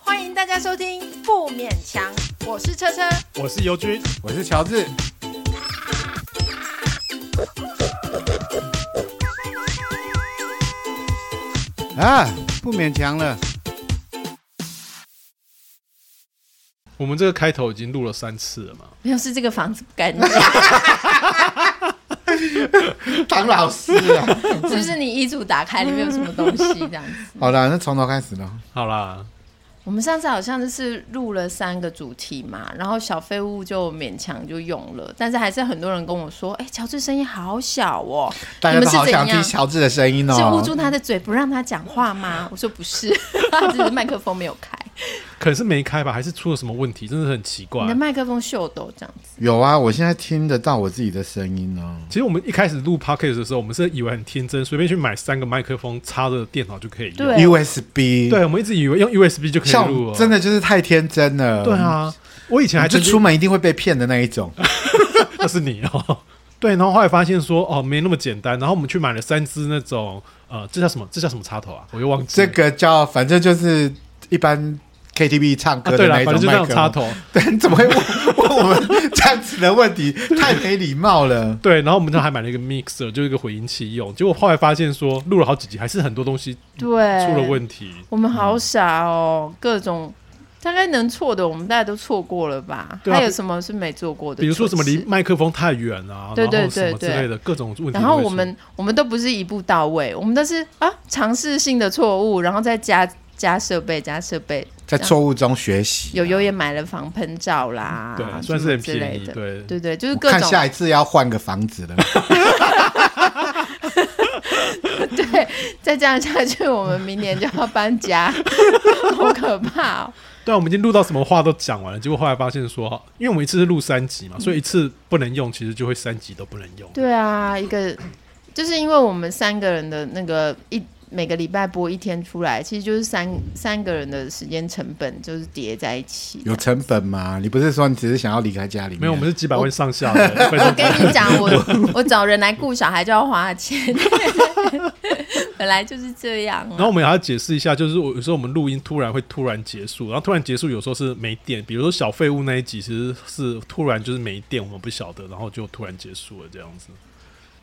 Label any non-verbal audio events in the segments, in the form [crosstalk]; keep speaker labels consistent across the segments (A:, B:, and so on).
A: 欢迎大家收听《不勉强》，我是车车。
B: 我是尤军，
C: 我是乔治，啊，不勉强了，
B: 我们这个开头已经录了三次了嘛？
A: 没有，是这个房子不干净， [laughs]
C: 当老师啊。
A: 是不是？你衣橱打开里面有什么东西这样子？
C: 好了，那从头开始了。
B: 好啦，
A: 我们上次好像是录了三个主题嘛，然后小废物就勉强就用了，但是还是很多人跟我说：“哎、乔治声音好小哦，
C: 大家
A: 你们
C: 都
A: 是
C: 好
A: 怎
C: 想
A: 样？”
C: 听哦乔治的声音
A: 是捂
C: 哦。
A: 住他的嘴不让他讲话
C: [laughs]
A: 吗？我说不是， [laughs] 只是麦克风没有开，
B: 可能是没开吧，还是出了什么问题？真的很奇怪
A: 你的。麦克风秀逗这样子。
C: 有啊，我现在听得到我自己的声音哦。
B: 其实我们一开始录 podcast 的时候，我们是以为很天真，随便去买三个麦克风插着电脑就可以用。
A: 对
C: USB，
B: 对，我们一直以为用 USB 就可
C: 像
B: 以录
C: 我
B: 了。
C: 哦真的就是太天真了。
B: 对，啊，我以前还
C: 就
B: 真
C: 出门一定会被骗的那一种。
B: 那 [laughs] 是你哦。对，然后后来发现说哦，没那么简单。然后我们去买了三支那种呃，这叫什么？这叫什么插头啊？我又忘记
C: 这
B: 了。
C: 个叫，反正就是一般 KTV 唱
B: 啊，
C: 歌
B: 对
C: 的
B: 了，
C: 那一
B: 反正
C: 种
B: 就那
C: 麦
B: 种
C: 克风。
B: 插头。
C: [laughs] 对，你怎么会问问我们这样子的问题？太没礼貌了。
B: 对，然后我们就还买了一个 mixer，就是一个回音器用。结果后来发现说，录了好几集，还是很多东西
A: 对，
B: 出了问题。
A: 我们好傻哦，各种大概能错的，我们大家都错过了吧？
B: 对啊
A: 还有什么是没做过的？
B: 比如说什么离
A: 措施
B: 麦克风太远啊，
A: 对对
B: 然后什么之
A: 对
B: 类的各种问题。
A: 然后我们我们都不是一步到位，我们都是啊尝试性的错误，然后再加加设备加设备。
C: 在错误中学习。
A: 有有也买了防喷罩啦，
B: 嗯对啊算是很
A: 什么之
B: 便
A: 类
B: 宜，
A: 的。
B: 对
A: 对对，就是
C: 我
A: 各
C: 看
A: 种
C: 下一次要换个房
A: [laughs]
C: 子了。
A: 对，再这样下去，我们明年就要搬
C: [laughs]
A: 家，好可怕哦！
B: 对啊，我们已经录到什么话都讲完了，结果后来发现说，因为我们一次是录三集嘛，所以一次不能用，其实就会三集都不能用。
A: 对啊，一个就是因为我们三个人的那个一每个礼拜播一天出来，其实就是三三个人的时间成本就是叠在一起。
C: 有成本吗？你不是说你只是想要离开家里面？
B: 没有，我们是几百万上下的，
A: 我
B: 分
A: 跟你讲，我
B: [laughs]
A: 我找人来雇小孩就要花钱，本来就是这样
B: 然
A: 啊。
B: 后我们还要解释一下，就是我有时候我们录音突然会突然结束，然后突然结束有时候是没电，比如说小废物那一集其实是突然就是没电，我们不晓得，然后就突然结束了这样子。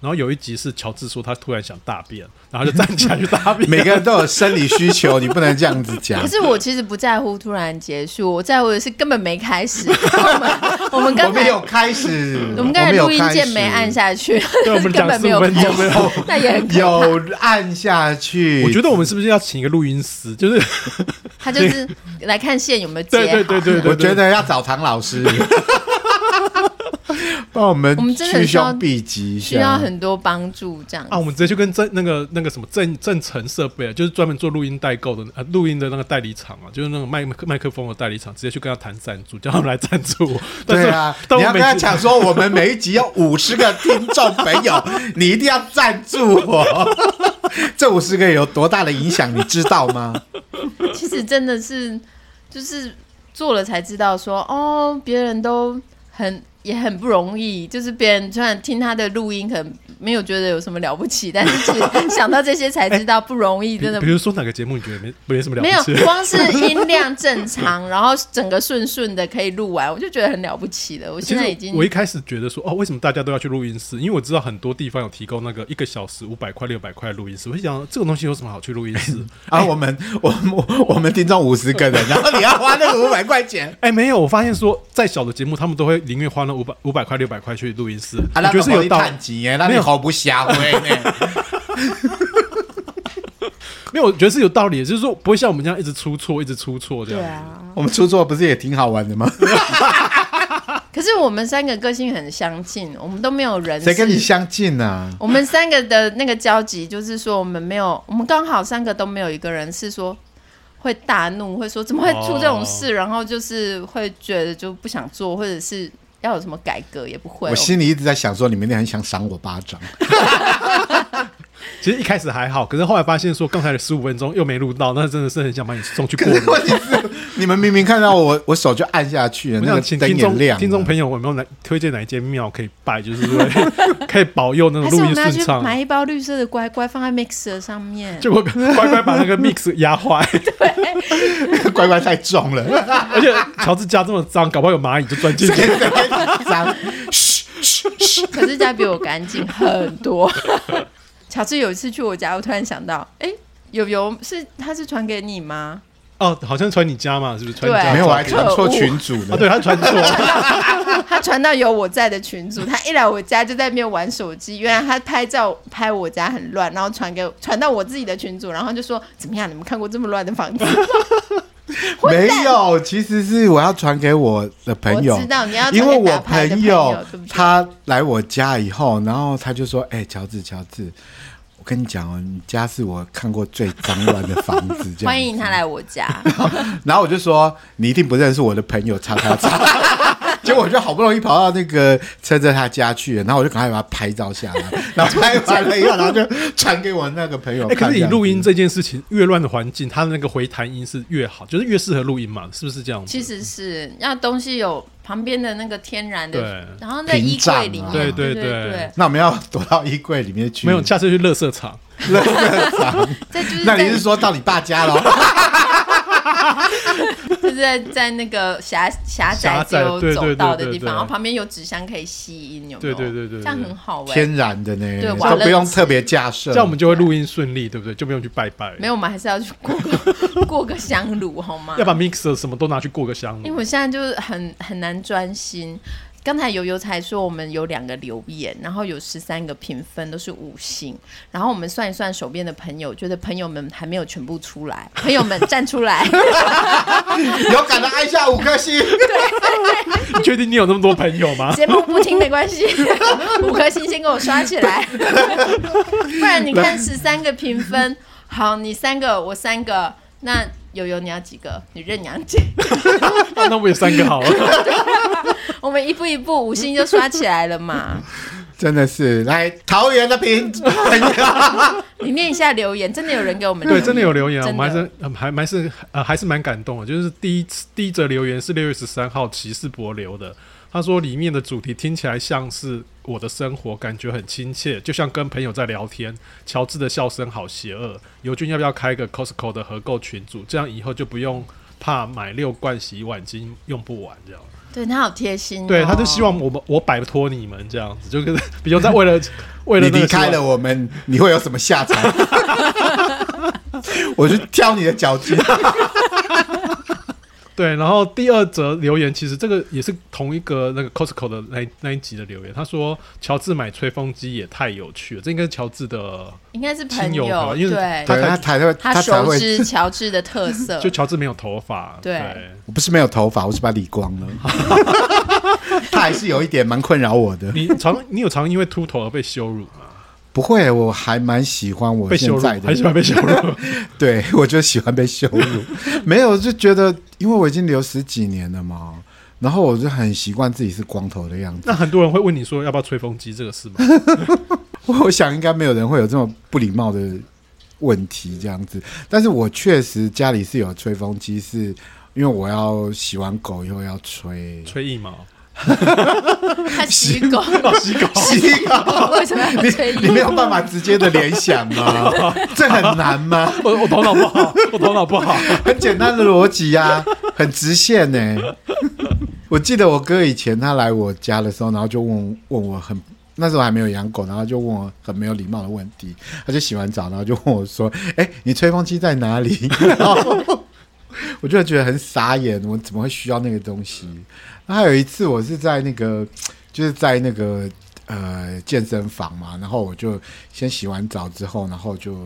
B: 然后有一集是乔治说他突然想大便，然后就站起来去大
C: [laughs]
B: 便。
C: 每个人都有生理需求，你不能这样子讲
A: 可。是我其实不在乎突然结束，我在乎的是根本没开
B: [laughs]
A: 始。我们我们
C: 我
A: 刚
C: 们
A: 才
C: 有开始，
A: 我们刚才录音
C: 有开始
A: 键没按，下去，
B: 对我们
A: 根
B: 讲
A: 本没有
B: 15分
A: 开
B: 钟
A: 始
B: 没有，
A: 那也
B: [laughs]
A: 很可
C: 有按下去。
B: 我觉得我们是不是要请一个录音师？就是
A: 他就是来看线有没有接好。
B: 对对对对对，
C: 我觉得要找唐老
A: [laughs]
C: 师，帮我们
A: 我们真的
C: 趋
A: 需要
C: 凶避吉一下。
A: 需要很多帮助这样。
B: 啊，我们直接去跟正那个那个什么正正成设备，啊，就是专门做录音代购的呃录音的那个代理厂啊，就是那个麦克麦克风的代理厂，直接去跟他谈赞助，叫他们来赞助我。但是
C: 对 [laughs] 啊，
B: 但
C: 你
B: 我
C: 要
B: 每
C: 跟他
B: 次
C: 讲说，我们每一集有五十个听众朋 [laughs] 友，你一定要赞助我。 [laughs] 这五十个有多大的影响，你知道 [laughs] 吗？
A: 其实真的是就是做了才知道说哦，别人都很也很不容易，就是别人虽然听他的录音可能没有觉得有什么了不
B: [laughs]
A: 起，但是其实想到这些才知道不容易，
B: 比
A: 真的
B: 比。如说哪个节目你觉得没没什么了
A: 没有
B: 不起， [laughs]
A: 光是音量正常，然后整个顺顺的可以录完，我就觉得很了不起了。我
B: 其
A: 现在已
B: 实
A: 经
B: 我一开始觉得说，哦，为什么大家都要去录音室？因为我知道很多地方有提供那个一个小时五百块、六百块的录音室。我就想，这种东西有什么好去录
A: [laughs]
B: 音室？。
C: 啊，我们我我我们听众五十个人，然后你要花那个五百块钱
B: 哎、没有，我发现说，再小的节目，他们都会宁愿花那五百五百块、六百块去录音室。我
C: 啊，
B: 觉得是有道理。
C: 探级耶，那你好不哎瞎 [laughs] 回呢？
B: 没有，我觉得是有道理的，就是说不会像我们这样一直出错，一直出错这
A: 对
B: 样。
A: 啊。
C: 我们出错不是也挺好玩的 [laughs] 吗？
A: 可是我们三个个性很相近，我们都没有人
C: 谁跟
A: 是
C: 你相近啊
A: [laughs]
C: 呢、
A: 我们三个的那个交集，就是说我们没有，我们刚好三个都没有一个人是说，会大怒，会说怎么会出这种事，然后就是会觉得就不想做，或者是要有什么改革也不会。
C: 我心里一直在想说，你们一定很想赏我巴掌。
B: 其实一开始还好，可是后来发现说刚才的十五分钟又没录到，那真的是很想把你送去过
C: 可是
B: 路。
C: 问题是， [laughs] 你们明明看到我，我手就按下去了，
B: 我
C: 那个
B: 想请
C: 灯
B: 听
C: 也
B: 众
C: 亮了。
B: 听众朋友有没有哪推荐哪一间庙可以拜，就是说可以保佑那
A: 还是
B: 种录
A: 我
B: 音
A: 们要
B: 顺
A: 去
B: 畅？
A: 买一包绿色的乖乖放在 mixer 上面
B: 结，果乖乖把那个 mix 压坏，
C: [laughs] 乖乖太重了，
B: 而且乔治家这么脏，搞不好有蚂蚁就钻进去。
C: 真的太脏。 [laughs] 嘘嘘嘘！
A: [laughs] 可是家比我干净很多。乔治有一次去我家，我突然想到，哎、有有是他是传给你吗？
B: 哦，好像传你家嘛，是不是？传你
A: 对
B: 家
C: 啊没有，我还
B: 传
C: 传错群主
B: 啊，
C: 了。
B: 对他传错，
A: 他传到有我在的群组，他一来我家就在那边玩手机。原来他拍照拍我家很乱，然后传给传到我自己的群组，然后就说怎么样？你们看过这么乱的房子？
C: 没有，其实是我要传给我的 [laughs] 朋友，
A: 我知道你要传给
C: 因为我
A: 打牌的朋友
C: 友
A: 对不对
C: 他来我家以后，然后他就说：“哎、乔治，乔治，我跟你讲哦，你家是我看过最脏乱的房子。”这样子
A: 欢迎他来我
C: [laughs]
A: 家，
C: 然后我就说你一定不认识我的朋友，叉叉叉。
A: [laughs]
C: 结果我就好不容易跑到那个车在他家去了，然后我就赶快把他拍照下来，然后拍完了以后，然后就传给我那个朋友
B: 哎、可
C: 看。
B: 是你
C: 这样子
B: 录音这件事情，越乱的环境，它的那个回弹音是越好，就是越适合录音嘛，是不是这样子？
A: 其实是要东西有旁边的那个天然的
B: 对，
A: 然后在衣柜里面，
C: 屏障啊
B: 对
A: 对
B: 对
A: 对
B: 对，
C: 那我们要躲到衣柜里面去？
B: 没有，下次去乐色场，
A: 这就是
C: 那
A: 在
C: 你是说到你爸
A: [laughs]
C: 家喽？
A: 就是在在那个狭狭窄
B: 狭
A: 只
B: 窄
A: 有
B: 对对
A: 走
B: 对
A: 道的
B: 对
A: 地
B: 对
A: 方，然后旁边有纸箱可以吸音，有没
B: 对
A: 有？
B: 对对对对
A: 这样很好哎。
C: 天然的呢，
A: 对瓦
C: 都
A: 楞
C: 不用
A: 纸
C: 特别架设。
B: 这样我们就会录音顺利，对不对？就不用去拜拜，
A: 没有，我们还是要去过个过个香炉好吗
B: 要？把 mixer 什么都拿去过个香
A: 因为
B: 炉。
A: 我现在就是很很难专心。刚才悠悠才说我们有两个留言，然后有十三个评分都是五星，然后我们算一算手边的朋友，觉得朋友们还没有全部出来，朋友们站出来， [laughs]
C: 有感的按下五颗星，
B: [laughs] 你确定你有那么多朋友
A: [laughs]
B: 吗？
A: 节目不听没关系， [laughs] 五颗星先给我刷起来，不然你看十三个评分，好，你三个，我三个，那悠悠你要几个？你认娘几？
B: 啊那我有三个好了，
A: 我们一步一步五星就刷起来了
B: [laughs]
A: 嘛。
C: 真的是来桃园的评朋友，
A: 你念一下留言，真的有人给我们留
B: 对，
A: 言
B: 真的有留言啊，我
A: 真的
B: 们还是呃还还是呃还是蛮感动的。就是第一第一则留言是六月十三号骑士博留的，他说里面的主题听起来像是我的生活，感觉很亲切，就像跟朋友在聊天。乔治的笑声好邪恶，尤军要不要开个 Costco 的合购群组？这样以后就不用怕买六罐洗碗巾用不完这样。
A: 对他好贴心、哦，
B: 对，他就希望我们我摆脱你们这样子，就跟比如在为了为了
C: 你
B: 那个
C: 离开
B: 洗碗
C: 了我们，你会有什么下场？我就挑你的脚筋。
B: 对，然后第二则留言，其实这个也是同一个那个 Costco 的那一那一集的留言。他说：“乔治买吹风机也太有趣了，这应该是乔治的，
A: 应该是朋
B: 亲友吧因为
A: 对，
C: 对他才会，
A: 他
C: 才
A: 熟
C: 会
A: 知乔治的特色
B: [laughs] 就。乔治没有头发。
A: 对
C: 我不是没有头发，我是把它理光了。他还是有一点蛮困扰我的。
B: 你常 [laughs] 你有常因为秃头而被羞辱吗？
C: 不会，我还蛮喜欢我
B: 被羞
C: 现
B: 辱，
C: 在
B: 很喜
C: 的。
B: 欢被羞
C: [laughs]
B: 辱。
C: 对，我就喜欢被羞辱。没有，就觉得因为我已经留十几年了嘛，然后我就很习惯自己是光头的样子。 [laughs]
B: 那很多人会问你说要不要吹风机这个事吗？
C: 我想应该没有人会有这么不礼貌的问题这样子，但是我确实家里是有吹风机，是因为我要洗完狗以后要
A: [laughs]
C: 吹。
B: 吹一毛，
A: 他洗狗，
B: [laughs] 洗狗。
C: 洗狗，
A: 为什么要吹
C: 你你没有办法直接的联想
A: [laughs]
C: 吗？这很难吗？
B: 我哦我头脑不好，我头脑不好。 [laughs]
C: 很简单的逻辑呀、很直线呢、 [laughs] 我记得我哥以前他来我家的时候，然后就问问我很那时候还没有养狗，然后就问我很没有礼貌的问题。他就洗完澡，然后就问我说：“哎、你吹风机在哪里？” [laughs] 然后我就觉得很傻眼，我怎么会需要那个东西？然后还有一次，我是在那个就是在那个呃健身房嘛，然后我就先洗完澡之后，然后就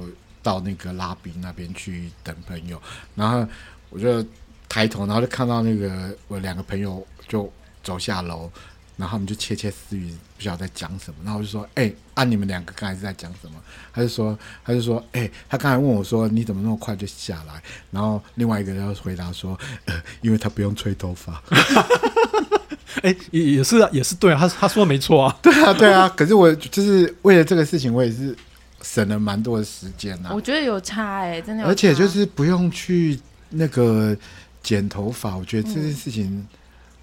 C: 到那个拉比那边去等朋友，然后我就抬头，然后就看到那个我两个朋友就走下楼，然后他们就窃窃私语，不晓得在讲什么。然后我就说：“哎、啊，你们两个刚才是在讲什么？”他就说：“他就说，哎、他刚才问我说你怎么那么快就下来？”然后另外一个人就回答说：“呃，因为他不用吹头发。
B: 哎、也也是啊，也是对啊，他他说的没错啊”，
C: 对啊， [laughs] 对啊。可是我就是为了这个事情，我也是省了蛮多的时间呐、
A: 我觉得有差哎、真的有差。
C: 而且就是不用去那个剪头发，我觉得这件事情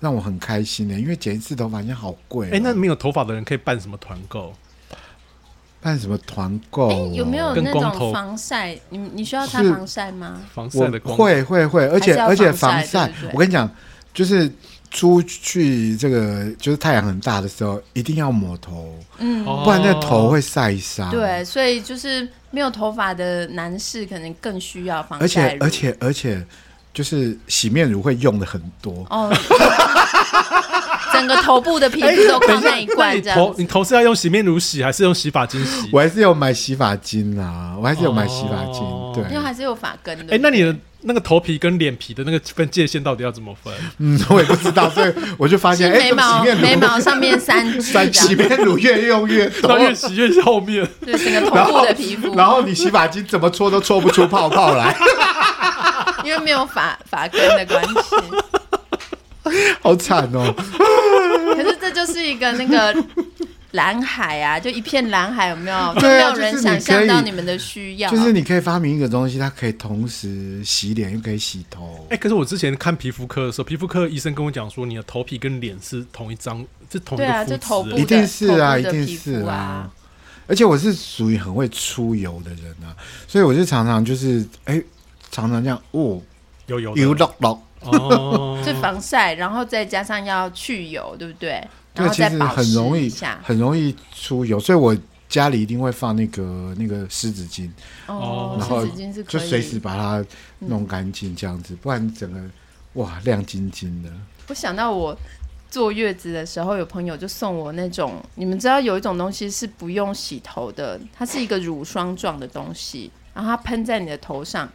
C: 让我很开心的、欸因为剪一次头发现在好贵、哦。
B: 哎、那没有头发的人可以办什么团购？
C: 办什么团购、啊
A: 哎、有没有
B: 跟
A: 那
B: 光
A: 种
B: 头
A: 防晒？你你需要擦
C: 是
A: 防晒吗？
B: 防晒
C: 我
B: 的光
C: 会会会，而且
A: 还是要
C: 而且
A: 防晒
C: 晒
A: 对不对
C: 我跟你讲，就是出去这个就是太阳很大的时候，一定要抹头，
A: 嗯，
B: 哦
C: 不然那头会晒伤。
A: 对，所以就是没有头发的男士可能更需要防
C: 而
A: 晒
C: 且
A: 乳
C: 而且而且就是洗面乳会用的很多。
A: 哦，整个头部的皮肤都靠那一罐这
B: 那你头
A: 样子。
B: 你头是要用洗面乳洗，还是用洗发精洗？
C: 我还是有买洗发精啊，我还是有买洗发精。
B: 哦
C: 对，
A: 因为还是有发根的。
B: 哎、那你的那个头皮跟脸皮的那个分界线到底要怎么分？
C: 嗯， [laughs] 我也不知道，所以我就发
A: 是
C: 现，哎、
A: 眉
C: 怎么
A: 毛
C: 洗面乳
A: 眉毛上面三支
C: 三
A: 这
C: 洗
A: 样，
C: 面乳越用越
B: 到
C: 多，
B: 越洗越后面。 [laughs]
A: 对整个
C: 然
A: 头部
C: 后
A: 的皮肤，
C: 然后你洗发精怎么搓都搓不出泡泡来， [laughs]
A: 因为没有发发根的关系。
C: 好惨哦！
A: 可是这就是一个那个蓝海啊，就一片蓝海，有没有？就没
C: 对啊
A: 有人
C: 就是
A: 想
C: 你可
A: 象
C: 以
A: 到你们的需要。
C: 就是你可以发明一个东西，它可以同时洗脸又可以洗头
B: 哎、，可是我之前看皮肤科的时候，皮肤科医生跟我讲说，你的头皮跟脸是同一张，是同一
A: 对
B: 个
A: 啊
B: 肤质、
A: 就头部
C: 一定是啊，
A: 头
C: 一
A: 部的
C: 定
A: 皮肤
C: 是啊
A: 啊。，
C: 而且我是属于很会出油的人啊，所以我就常常就是哎、常常这样哦，
B: 有有的
C: 油落落，
B: 哦
A: 就防晒，然后再加上要去油，对不对？然
C: 对，
A: 后
C: 其
A: 再
C: 实
A: 保
C: 很
A: 湿
C: 容
A: 一
C: 易
A: 下，
C: 很容易出油，所以我家里一定会放那个那个湿纸巾，
A: 哦，
B: 然
A: 湿
C: 后
A: 纸巾是可
C: 就
A: 以，嗯
C: 随时把它弄干净这样子，不然整个哇亮晶晶的。
A: 我想到我坐月子的时候，有朋友就送我那种，你们知道有一种东西是不用洗头的，它是一个乳霜状的东西，然后它喷在你的头上，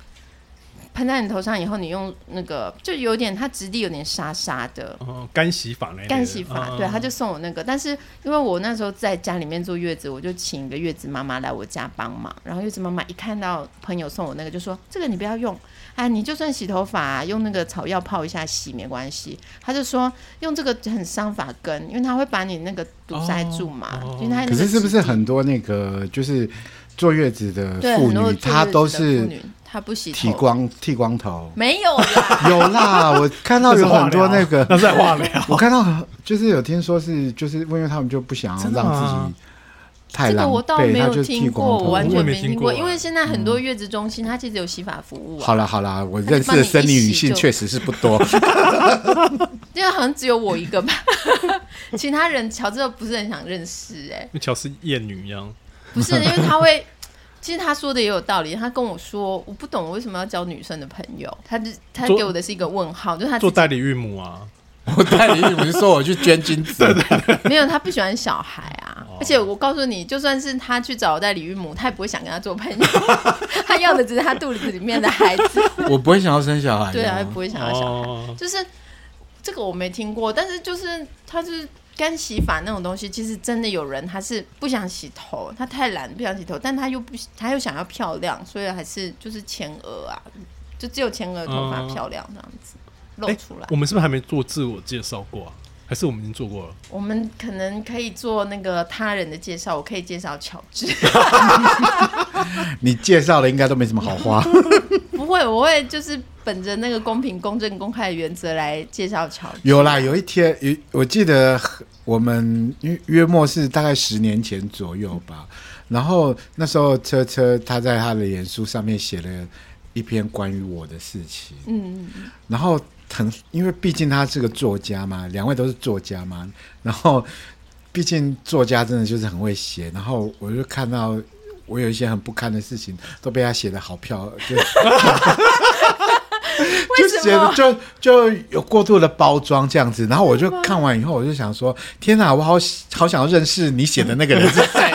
A: 喷在你头上以后，你用那个就有点它质地有点沙沙的。
B: 哦干洗法那类的
A: 干洗法，对，他就
B: 嗯
A: 送我那个。但是因为我那时候在家里面坐月子，我就请一个月子妈妈来我家帮忙。然后月子妈妈一看到朋友送我那个，就说：“这个你不要用，哎，你就算洗头发、用那个草药泡一下洗没关系。”他就说用这个很伤发根，因为它会把你那个堵塞住嘛。
B: 哦哦
A: 因为它那个
C: 可是是不
A: 质
C: 是
A: 地
C: 很多那个就是坐月子的
A: 对
C: 妇
A: 很多
C: 女，
A: 坐
C: 她
A: 月
C: 都
A: 子的妇
C: 是
A: 女她不洗
C: 剃
A: 头，？
C: 光剃光头
A: 没有啦，
C: 有啦，我看
B: [laughs]
C: 到
B: 那是
C: 有
B: 化
C: 很多
B: 疗
C: 那个，
B: 那是在化疗。
C: 我看到很就是有听说是就是因为他们就不想要
B: 真的
C: 让
B: 吗
C: 自己太
A: 这个
C: 狼
A: 我倒
C: 狈，
A: 没
C: 他
A: 有
C: 就
A: 听
C: 剃
A: 过，
C: 光
A: 我
C: 头嗯
A: 完
B: 我
A: 全
B: 也没
A: 没
B: 听
A: 听
B: 过
A: 过，
B: 啊
A: 因为现在很多月子中心它其实有洗发服务啊。
C: 好啦好啦，我
A: 就
C: 认识
A: 帮
C: 的
A: 你
C: 生
A: 一
C: 理
A: 洗
C: 女性
A: 就
C: 确实是不多。 [laughs]
A: 因为好像只有我一个吧， [laughs] 其他人乔治都不是很想认识哎、
B: 因为乔是艳女一样，
A: 不是因为他会， [laughs] 其实他说的也有道理，他跟我说我不懂我为什么要交女生的朋友，他就他
B: 做
A: 给我的是一个问号，就是他自
B: 做
A: 己
B: 代理孕母啊，
C: 我带你，不是说我去捐精子？
A: 没有他不喜欢小孩啊，
B: 哦
A: 而且我告诉你，就算是他去找代理孕母，他也不会想跟他做朋友， [laughs] 他要的只是他肚子里面的孩
B: [laughs]
A: 子，
B: 哎
C: 我不会想要生小孩、
A: 对啊，他不会想要小孩。
B: 哦，
A: 就是这个我没听过，但是就是它就是干洗法那种东西，其实真的有人他是不想洗头，他太懒不想洗头，但他又不他又想要漂亮，所以还是就是前额啊，就只有前额头发
B: 嗯
A: 漂亮这样子。露
B: 哎
A: 出来，
B: 我们是不是还没做自我介绍过啊？还是我们已经做过了？
A: 我们可能可以做那个他人的介绍，我可以介绍乔治， [laughs]
C: 你介绍的应该都没什么好
A: [laughs]
C: 话。
A: 不会，我会就是本着那个公平、公正、公开的原则来介绍乔治。
C: 有啦，有一天，有我记得我们约约莫是大概十年前左右吧。然后那时候车车他在他的脸书上面写了一篇关于我的事情，
A: 嗯，
C: 然后很因为毕竟他是个作家嘛，两位都是作家嘛，然后毕竟作家真的就是很会写，然后我就看到我有一些很不堪的事情都被他写的好漂， [laughs]
A: [laughs]
C: 就就
A: 什么
C: 写的就就有过度的包装这样子，然后我就看
A: [laughs]
C: 完以后我就想说，天哪，我好好想要认识你写的那个人是谁。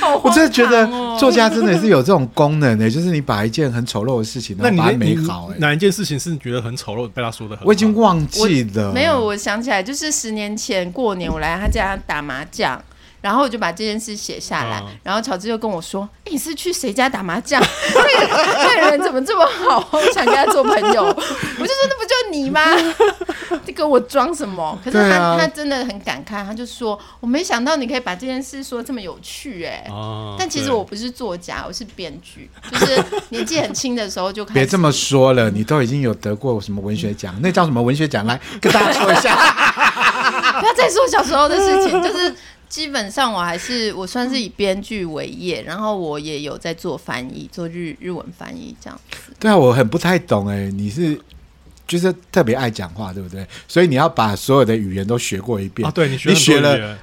A: 好
C: [laughs] 我真的觉得
A: 荒唐哦
C: 作家真的是有这种功能呢、就是你把一件很丑陋的事情，
B: 那
C: 然后
B: 你
C: 把它
B: 你
C: 美好、欸。
B: 哪一件事情是你觉得很丑陋，被他说的很好？
C: 我已经忘记了，
A: 没有，我想起来，就是十年前过年我来他家打麻将。然后我就把这件事写下来，
B: 嗯
A: 然后乔治就跟我说：“诶你是去谁家打麻将？那个那个人怎么这么好？我想跟他做朋友。”我就说：“那不就你
C: [laughs]
A: 吗？这个我装什么？”可是
C: 对
A: 他、
C: 啊
A: 他真的很感慨，他就说：“我没想到你可以把这件事说这么有趣、诶。
C: 哦
B: 啊
A: 但其实
B: 对
A: 我不是作家，我是编剧，就是年纪很轻的时候就开始。
C: 别这么说了，你都已经有得过什么文学
B: 嗯
C: 奖，那叫什么文学奖？来跟大家说一
B: [laughs]
C: 下。
A: [laughs] 不要再说小时候的事情，就是基本上我还是我算是以编剧为业，然后我也有在做翻译，做日日文翻译这样。
C: 对啊，我很不太懂哎、你是就是特别爱讲话，对不对？所以你要把所有的语言都学过一遍
B: 啊，对你学
C: 你学
B: 很多
C: 了
B: 语言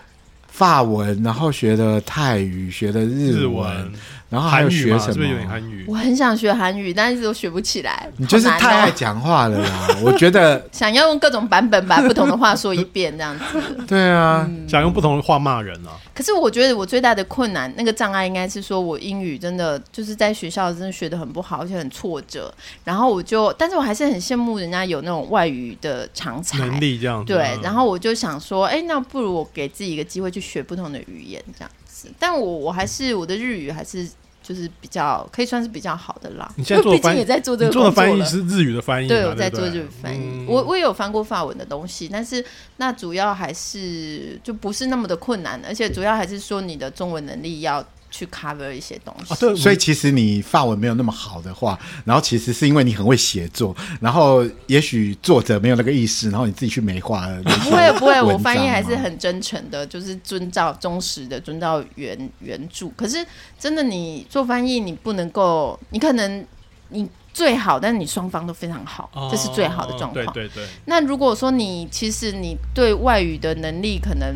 C: 法文，然后学的泰语，学的日
B: 日
C: 文，
B: 文、
C: 然后还
B: 韩
C: 有
B: 语
C: 学
B: 嘛，
C: 什
B: 是不
C: 么？
B: 是有点韩语
A: 我？很想学韩语，但一直都学不起来。
C: 你就是
A: 好难哦
C: 太爱讲话了
B: 哦
C: 啦！我觉得，
A: 想要用各种版本把不同的话说一遍这样子。 [laughs]
C: 对啊，
B: [laughs] 想用不同的话骂人啊？
A: 可是我觉得我最大的困难，那个障碍应该是说我英语真的就是在学校真的学的很不好，而且很挫折。然后我就，但是我还是很羡慕人家有那种外语的长才。
B: 能力这样子。
A: 对
B: 嗯，
A: 然后我就想说，哎、那不如我给自己一个机会去学不同的语言这样子。但我我还是我的日语还是就是比较可以算是比较好的啦。
B: 你现在做的
A: 因为毕
B: 翻
A: 竟
B: 译
A: 也在做这
B: 你
A: 个
B: 做的
A: 工作
B: 翻译
A: 了。
B: 是日语的翻译嘛，
A: 对，我
B: 不
A: 在做日语翻译，
B: 嗯
A: 我我也有翻过法文的东西，但是那主要还是就不是那么的困难，而且主要还是说你的中文能力要去 cover 一些东西。
B: 啊，对，
C: 所
B: 所
C: 以
B: 以
C: 其实你法文没有那么好的话，然后其实是因为你很会写作，然后也许作者没有那个意识，然后你自己去美化了那些
A: 不会不会，
C: 文
A: 我
C: 章
A: 翻译还
C: 嘛
A: 是很真诚的，就是遵照忠实的遵照原原著。可是真的，你做翻译，你不能够，你可能你最好，但你双方都非常好，
C: 哦
A: 这是最好的状况。
B: 哦对对对，
A: 那如果说你其实你对外语的能力可能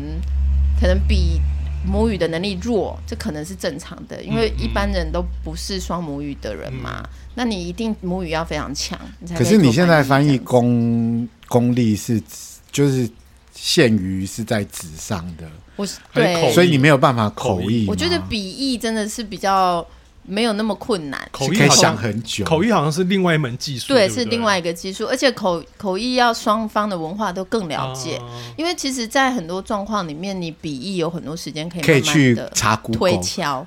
A: 可能比母语的能力弱，这可能是正常的，因为
B: 嗯嗯
A: 一般人都不是双母语的人嘛。那你一定母语要非常强，你才
C: 嗯可
A: 以
C: 是你
A: 做
C: 现在翻
A: 翻这
C: 译
A: 样子
C: 功功力是就是限于是在纸上的，
A: 我是
B: 还有口
A: 对
B: 译，
C: 所以你没有办法口
B: 口
C: 译
B: 译
C: 嘛。
A: 我觉得笔译真的是比较没有那么困难，
B: 口
C: 是
B: 译
C: 可以
B: 好像
C: 想很久，
B: 口译好像是另外一门技术，
A: 对，
B: 不
A: 是另外一个技术，而且口口译要双方的文化都更了解，
B: 啊
A: 因为其实，在很多状况里面，你笔译有很多时间可以
C: 可以
A: 慢慢
C: 去
A: 地
C: 查
A: 推
B: [laughs]
C: Google
A: 敲。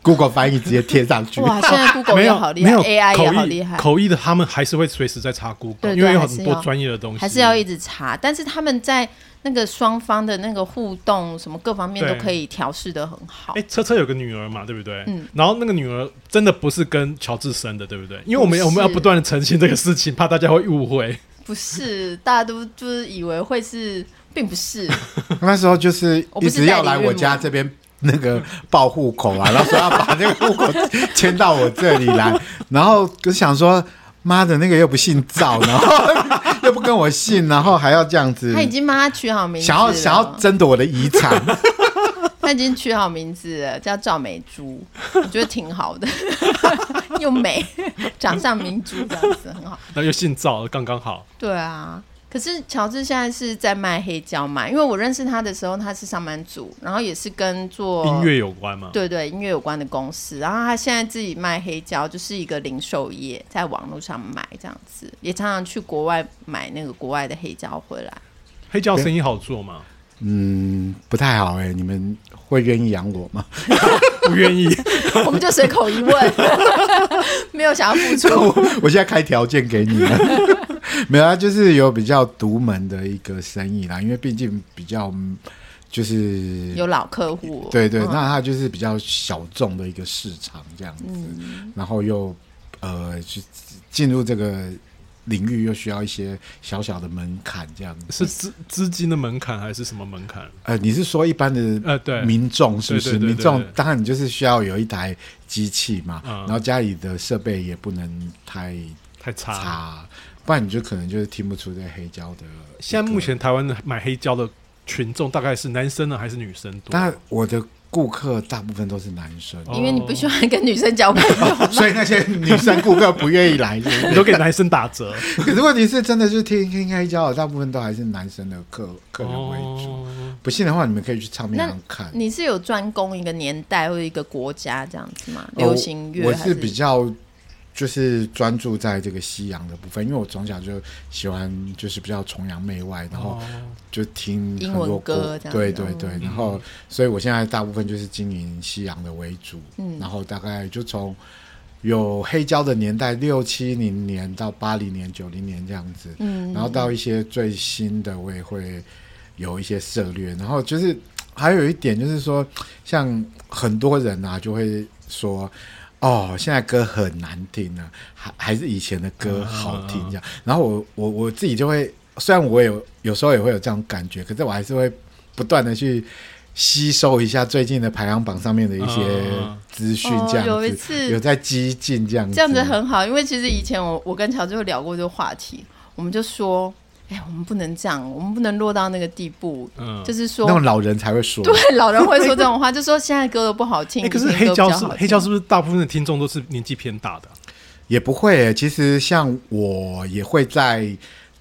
C: Google 翻译直接贴上去。
A: [laughs] 哇，现在 Google
B: 啊没
A: 也
B: 有
A: 好厉
B: 没
A: 害
B: 有
A: ，AI 也
B: 口
A: 好
B: 译
A: 厉害，
B: 口译的他们还是会随时在查 Google，
A: 对对
B: 因为有
A: 还是
B: 很多
A: 要
B: 专业的东西，
A: 还是要一直查。但是他们在那个双方的那个互动，什么各方面
B: 对
A: 都可以调试的很好
B: 哎、。车车有个女儿嘛，对不对？
A: 嗯
B: 然后那个女儿真的不是跟乔治生的，对不对？因为我们
A: 不是
B: 我们要不断的澄清这个事情，怕大家会误会。 [laughs]
A: 不是，大家都就是以为会是，并不是。
C: 那时候就是
A: 我
C: 一
A: 不是
C: 直要
A: 代理
C: 来
A: 孕
C: 我家
A: 母
C: 这边那个报户口啊，然后说要把那个户口迁到我这里来，然后就想说。妈的，那个又不姓赵，然后 [laughs] 又不跟我姓，然后还要这样子，
A: 他已经帮他取好名字
C: 想要
A: 了
C: 想要争夺我的遗产，
A: 他已经取好名字了，叫赵美珠，我觉得挺好的， [laughs] 又美，掌上明珠这样子很好。
B: 那又姓赵，刚刚好。
A: 对啊，可是乔治现在是在卖黑胶嘛，因为我认识他的时候他是上班族，然后也是跟做
B: 音。乐有关嘛？
A: 对对，音乐有关的公司，然后他现在自己卖黑胶，就是一个零售业，在网络上买这样子，也常常去国外买那个国外的黑胶回来。
B: 黑胶生意好做嘛？
C: 嗯，不太好哎、你们会愿意养
A: [laughs]
C: 我吗？
B: 不愿意，
A: 我们就随口一问， [laughs] 没有想要付出。
C: [laughs] 我我现在开条件给你了， [laughs] 没有啊，就是有比较独门的一个生意啦，因为毕竟比较嗯就是
A: 有老客户，
C: 对对，
A: 嗯
C: 那它就是比较小众的一个市场这样子，
A: 嗯
C: 然后又呃去进入这个领域又需要一些小小的门槛这样子。
B: 是资资金的门槛还是什么门槛？
C: 呃，你是说一般的
B: 呃，对，
C: 民众是不是？
B: 对对对
C: 民众
B: 对对
C: 当然你就是需要有一台机器嘛，
B: 嗯
C: 然后家里的设备也不能太
B: 太差。
C: 差，不然你就可能就是听不出这黑胶的。
B: 现在目前台湾的买黑胶的群众大概是男生呢还是女生多？
C: 但我的顾客大部分都是男生，。
B: 哦
A: 因为你不喜欢跟女生交朋友
C: [laughs] 所以那些女生顾客不愿意来。是不
B: 你
C: 是
B: 都给男生打折
C: 可是问题是，真的是听听开交的，大部分都还是男生的客客人为主。
B: 哦
C: 不信的话，你们可以去唱片
A: 那
C: 行看。
A: 你是有专攻一个年代或者一个国家这样子吗？
C: 呃
A: 流行乐
C: 我
A: 还
C: 是比较就是专注在这个西洋的部分，因为我从小就喜欢就是比较崇洋媚外，然
B: 哦
C: 后就听很
A: 英
C: 多
A: 文歌
C: 国
A: 这样子
C: 对对对，
A: 嗯
C: 然后所以我现在大部分就是经营西洋的为主，
A: 嗯
C: 然后大概就从。有黑胶的年代，六七零年到八零年、九零年这样子，
A: 嗯
C: 然后到一些最新的，我也会有一些涉略。然后就是还有一点就是说，像很多人啊，就会说。哦，现在歌很难听啊，还还是以前的歌好听这样。然后我我我自己就会，虽然我有有时候也会有这种感觉，可是我还是会不断的去吸收一下最近的排行榜上面的一些
B: 嗯嗯嗯
C: 资讯，
A: 哦
C: 这样子、
A: 有一次
C: 有在激进这样子，
A: 这样子很好，因为其实以前我我跟乔治有聊过这个话题，我们就说，哎、我们不能这样，我们不能落到那个地步，
B: 嗯
A: 就是说
C: 那，种老人才会说。
A: 对老人会说这种话，就说现在歌都不好
C: [laughs]
A: 听，
B: 哎，可是
A: 以前
B: 黑
A: 歌
B: 胶
A: 比较
B: 是
A: 好听
B: 黑胶，是不是大部分的听众都是年纪偏大的啊？
C: 也不会耶、其实像我也会在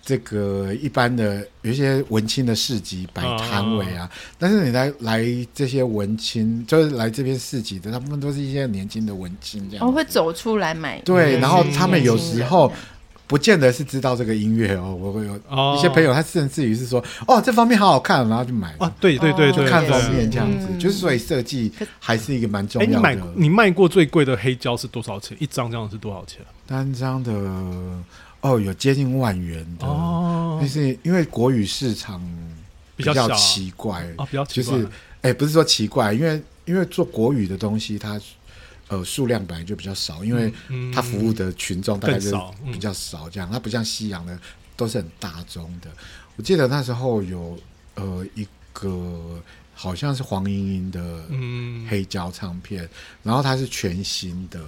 C: 这个一般的有一些文青的市集摆摊位
B: 哦
C: 啊，但是你来来这些文青，就是来这边市集的，大部分都是一些年轻的文青这样。
A: 我、哦、会走出来买，
C: 对，
B: 嗯
C: 然后他们有时
A: 年
C: 候
A: 轻人这样。
C: 不见得是知道这个音乐哦，我会有
B: 哦
C: 一些朋友，他甚至于是说，哦，这方面好好看，然后就买了，
B: 啊，对对对
A: 哦
B: 对，
C: 看
A: 也
C: 封
A: 是
C: 面这样子，
A: 嗯
C: 就是所以设计还是一个蛮重
B: 哎，你
C: 要
B: 买
C: 的。
B: 你卖过最贵的黑胶是多少钱？一张这样是多少钱？
C: 单张的哦，有接近万元的
B: 哦
C: 但是因为国语市场
B: 比较小啊
C: 奇怪，
B: 啊，比较奇
C: 就
B: 怪
C: 是哎、不是说奇怪，因为因为做国语的东西它。呃，数量本来就比较少，因为
B: 嗯
C: 它服务的群众大概就是
B: 更少嗯
C: 比较少，这样、它不像西洋的都是很大众的。我记得那时候有呃一个好像是黄莺莺的
B: 嗯
C: 黑胶唱片，然后它是全新的，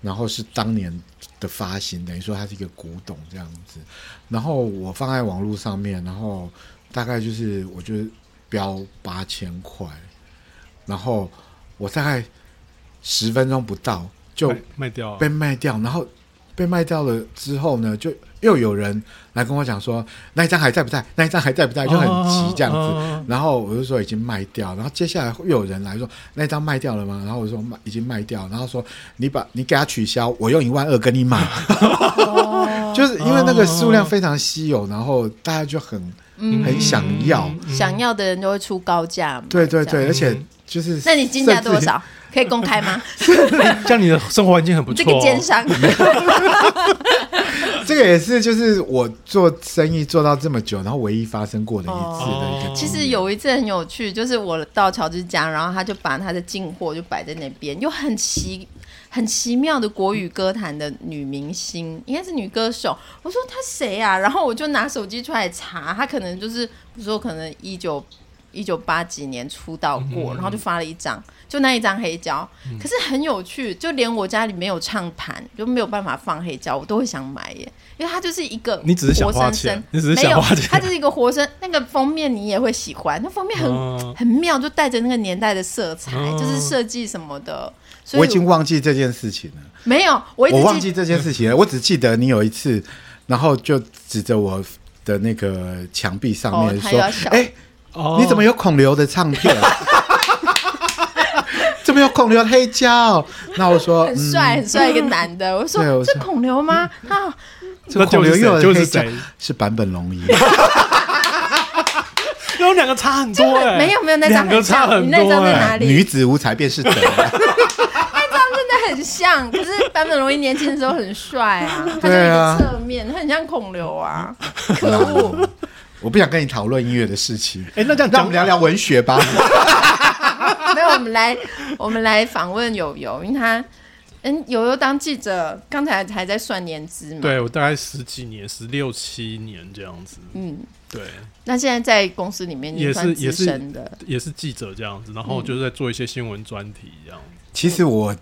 C: 然后是当年的发行，等于说它是一个古董这样子。然后我放在网络上面，然后大概就是我就标八千块，然后我大概十分钟不到就
B: 卖卖掉啊
C: 被卖掉，然后被卖掉了之后呢，就又有人来跟我讲说那一张还在不在，那一张还在不在，就很急这样子。
B: 哦
C: 然后我就说已经卖掉，然后接下来又有人来说那张卖掉了吗？然后我说卖已经卖掉，然后说你把你给他取消，我用一万二跟你买，
B: 哦
C: [laughs] 就是因为那个数量非常稀有，然后大家就很
A: 嗯
C: 很想要，
A: 想要的人就会出高价嘛，
C: 对对
A: 这样
C: 对，而且就是
A: 那你进价
C: 甚至
A: 多？少？可以公开吗？
B: 这样你的生活环境很不
A: 这
B: 错
A: 个
B: 哦。
A: 奸
B: [laughs]
A: 商， [laughs]
C: [laughs] 这个也是就是我做生意做到这么久，然后唯一发生过的一次的一个
B: 哦
C: 经验。
A: 其实有一次很有趣，就是我到乔治家，然后他就把他的进货就摆在那边，有很奇很奇妙的国语歌坛的女明星，应该是女歌手。我说她谁啊？然后我就拿手机出来查，她可能就是我说可能一九一九八几年出道过，然后就发了一张，就那一张黑胶。可是很有趣，就连我家里没有唱盘，就没有办法放黑胶，我都会想买耶，因为它就是一个
B: 你只是想
A: 活生
B: 花钱
A: 生
B: 你只是
A: 没
B: 想
A: 有
B: 花钱
A: 它就是一个活生，那个封面你也会喜欢，那封面很、
B: 嗯
A: 很妙，就带着那个年代的色彩，
B: 嗯
A: 就是设计什么的。所以
C: 我已经忘记这件事情了。
A: 没有，我一直
C: 我
A: 记嗯
C: 忘记这件事情了，我只记得你有一次，然后就指着我的那个墙壁上面
A: 哦他
C: 说
A: 要笑：“
C: 哎、
B: 哦
C: 你怎么有孔刘的唱
A: [laughs]
C: 片？怎么有孔刘的黑胶？”那我说：“
A: 很
C: 嗯，
A: 帅、很帅一个男的，我说
C: 对我
A: 这
C: 说嗯
A: 孔刘吗？他
C: 这
B: 那
C: 个
B: 就
C: 孔
B: 是
C: 刘又
B: 谁就
C: 有的
B: 是
C: 黑胶
B: 谁
C: 是版本龙一。
B: 然后两个差很多
A: 就
B: 哎，
A: 很没有没有那张
B: 两个
A: 很像
B: 差很
A: 你
B: 多
A: 那张在
B: 哎
A: 哪里
C: 女子无才便是德。
A: 这样真的很像，可是坂本龙一年轻的时候很帅啊，他就
C: 对啊
A: 一个侧面，他很像孔刘啊，可恶！
C: [laughs] 我不想跟你讨论音乐的事情，
B: 哎，那这样
C: 让我
B: 讲
C: 们聊聊文学吧。 [laughs]
A: 没有，我们来我们来访问友友，因为他嗯友友当记者，刚才还在算年资嘛，
B: 对我大概十几年，十六七年这样子，
A: 嗯，
B: 对，
A: 那现在在公司里面
B: 也
A: 你
B: 是
A: 算
B: 也
A: 资
B: 是
A: 深的，
B: 也是记者这样子，然后就是在做一些新闻专题这样子。
C: 其实我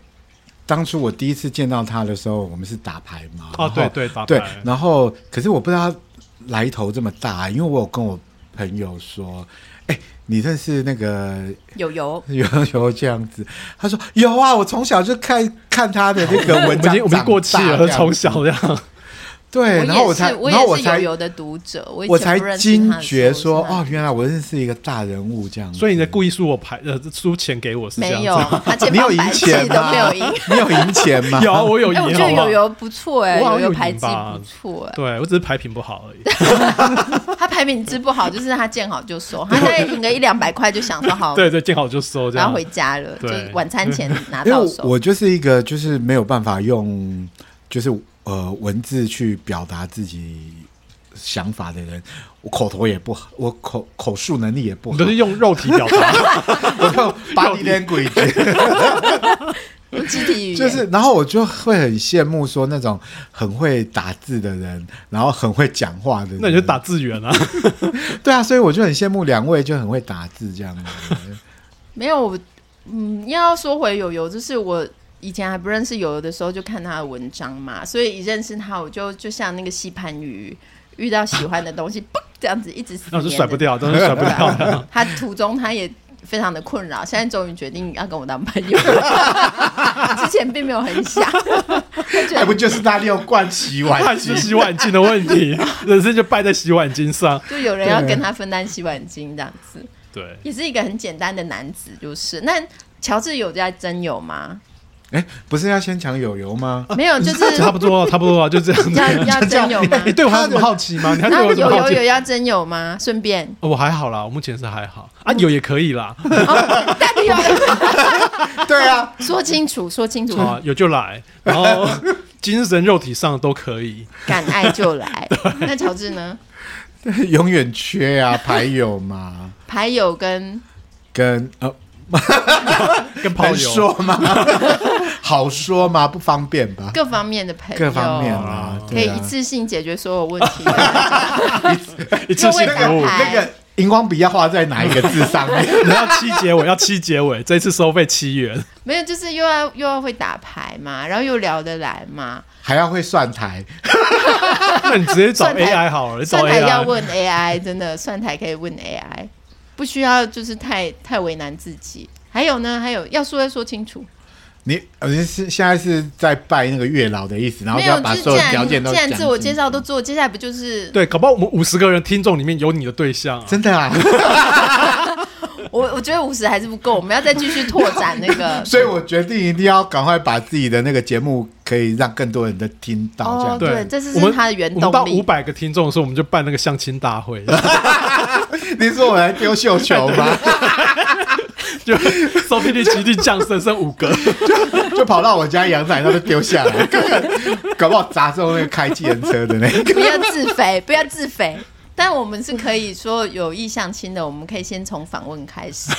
C: 当初我第一次见到他的时候，我们是打牌嘛。
B: 哦，
C: 然
B: 对
C: 后
B: 对，打
C: 对
B: 牌，
C: 然后可是我不知道他来头这么大，因为我有跟我朋友说，哎、你认识那个 [laughs]
A: 有油，
C: 有有这样子？他说有啊，我从小就看看他的那个
B: [laughs] 我
C: 文
B: 们已
C: 章
B: 经我们已经过气
C: 长大
B: 了，
C: 这样
B: 从
C: 子
B: 小这样。
C: 对，
A: 我
C: 然后
A: 也
C: 我才，
A: 是，
C: 然后我
A: 也是有
C: 才，
A: 油的读者，我以
C: 我
A: 前不
C: 才
A: 认识
C: 惊
A: 他的时候
C: 觉说，
A: 我是他
C: 哦，原来我认识一个大人物这样子。
B: 所以你在故意输我牌，呃，输钱给我是这
A: 没
B: 样子
A: 有，他前
C: [laughs] 你有
A: 面
C: 赢
A: 白气
C: 钱
A: 都
C: 吗？
A: 没
B: [laughs]
A: 有赢。
C: [laughs] 你有赢钱吗？
B: 有，我有
A: 哎，
B: 赢，好
A: 我
B: 不
A: 觉得
B: 好
A: 有？油不错哎，
B: 我好像
A: 有油
B: 有
A: 排
B: 赢
A: 技
B: 吧
A: 不错哎，
B: 对我只是牌品不好而已。
A: 他排名之不好就是他见好就收，他大概赢个一两百块就想说好，
B: 对对，见好就收这
A: 然后
B: 样
A: 回。家了，就
B: 对
A: 是晚餐前拿
C: 因为
A: 到
C: 我
A: 手。
C: 我就是一个就是没有办法用就是呃文字去表达自己想法的人，我口头也不好，我口口述能力也不
B: 我
C: 好，
B: 都是用肉体表
A: [laughs]
B: 达， [laughs]
C: 我用 body language，
A: 用肢体语言
C: [laughs] 就是然后我就会很羡慕说那种很会打字的人，然后很会讲话的人，
B: 那你就打字源啊。
A: [laughs]
C: 对啊，所以我就很羡慕两位就很会打字这样子。
B: [laughs]
A: 没有，我嗯，要说回友友，就是我以前还不认识友友的时候，就看他的文章嘛，所以一认识他，我就就像那个吸盘鱼，遇到喜欢的东西， [laughs] 嘣这样子一直
B: 然后就甩不掉，真的甩
A: 甩 [laughs]
B: 不掉。。
A: 他途中他也非常的困扰，现在终于决定要跟我当朋友了，之前并没有很想，他觉
C: 还哎不
A: 得
C: 就是他利用灌洗
B: [laughs]
C: 碗
B: 还
C: 机
B: 是？洗碗巾的问
A: [laughs]
B: 题，人生就败在洗碗巾上。
A: 就有人要跟他分担洗碗巾这样子，
B: 对，
A: 也是一个很简单的男子，就是那。乔治有在真有吗？
C: 哎，不是要先抢友友吗？
A: 没有，就是
B: 差不多，差不多啊，就这样子。 [laughs]
A: 要要真有吗？
B: 哎你对我还有什么好奇吗？你还对
A: [laughs] 那
B: 我有
A: 有
B: 什么好
A: 有
B: 奇，
A: 有？要真有吗？顺便
B: [laughs] 哦我还好啦，我目前是还好啊，有也可以
A: [laughs]
B: 啦，
A: 哦但你有
C: [laughs] 对啊，
A: 说清楚，说清楚，
B: 啊，有就来，然后精神、肉体上都可以。
A: 敢爱就来。那乔治呢？
C: [laughs] 永远缺啊，牌友嘛，
A: 牌友跟
C: 跟呃，
B: 跟炮
C: 能
B: 友
C: 说吗？ [laughs] 好说吗？不方便吧？
A: 各方面的朋友，
C: 各方面啊，
A: 可以
C: 对啊
A: 一，次性解决所有问题的。
B: 一次性
A: 各位 [laughs]
B: 服务
A: 打，牌
C: 那个荧光笔要画在哪一个字上面？ [laughs]
B: 然后七结尾要七结尾，这一次收费七元，
A: [laughs] 没有，就是又要又要会打牌嘛，然后又聊得来嘛。
C: 还要会算台，
B: 那你直接找
A: 算牌
B: AI 好了，
A: 算
B: 找
A: 台要
B: AI。
A: 问 AI，真的算台可以问 AI，不需要就是太太为难自己。还有呢，还有要说要说清楚。
C: 你呃你是现在是在拜那个月老的意思，然后
A: 没
C: 就
A: 有，
C: 要
A: 就
C: 把
A: 是
C: 所
A: 既
C: 有
A: 然
C: 条件都
A: 既
C: 讲
A: 然
C: 清楚。
A: 自我介绍都做，接下来不就是
B: 对，搞不好我们五十个人听众里面有你的对象啊，
C: 真的啊，。
A: 我我觉得五十还是不够，我们要再继续拓展那个
C: [laughs] 所以我决定一定要赶快把自己的那个节目可以让更多人的听到，这样
A: 哦，
C: 子。
A: 对，
B: 对
A: 这是
B: 我们
A: 他的原
B: 我
A: 动
B: 们到
A: 力
B: 五。百个听众的时候，我们就办那个相亲大会，
C: 你说我来丢绣球吗？
B: 就收听率极力降生，剩五个。
C: 就跑到我家阳台，那边丢下来， [laughs] 根本搞不好砸中那个开计程车的那个。
A: 不要自肥，不要自肥。但我们是可以说有意相亲的，我们可以先从访问开
C: [laughs]
A: 始，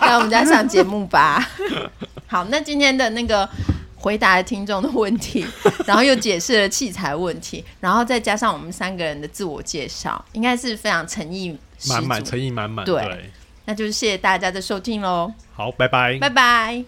A: 那我们再上节目吧。 [laughs] 好，那今天的那个回答了听众的问题，然后又解释了器材问题，然后再加上我们三个人的自我介绍，应该是非常诚意十足。
B: 满满诚意满满，
A: 对
B: 对，
A: 那就是谢谢大家的收听喽，
B: 好，拜拜，
A: 拜拜。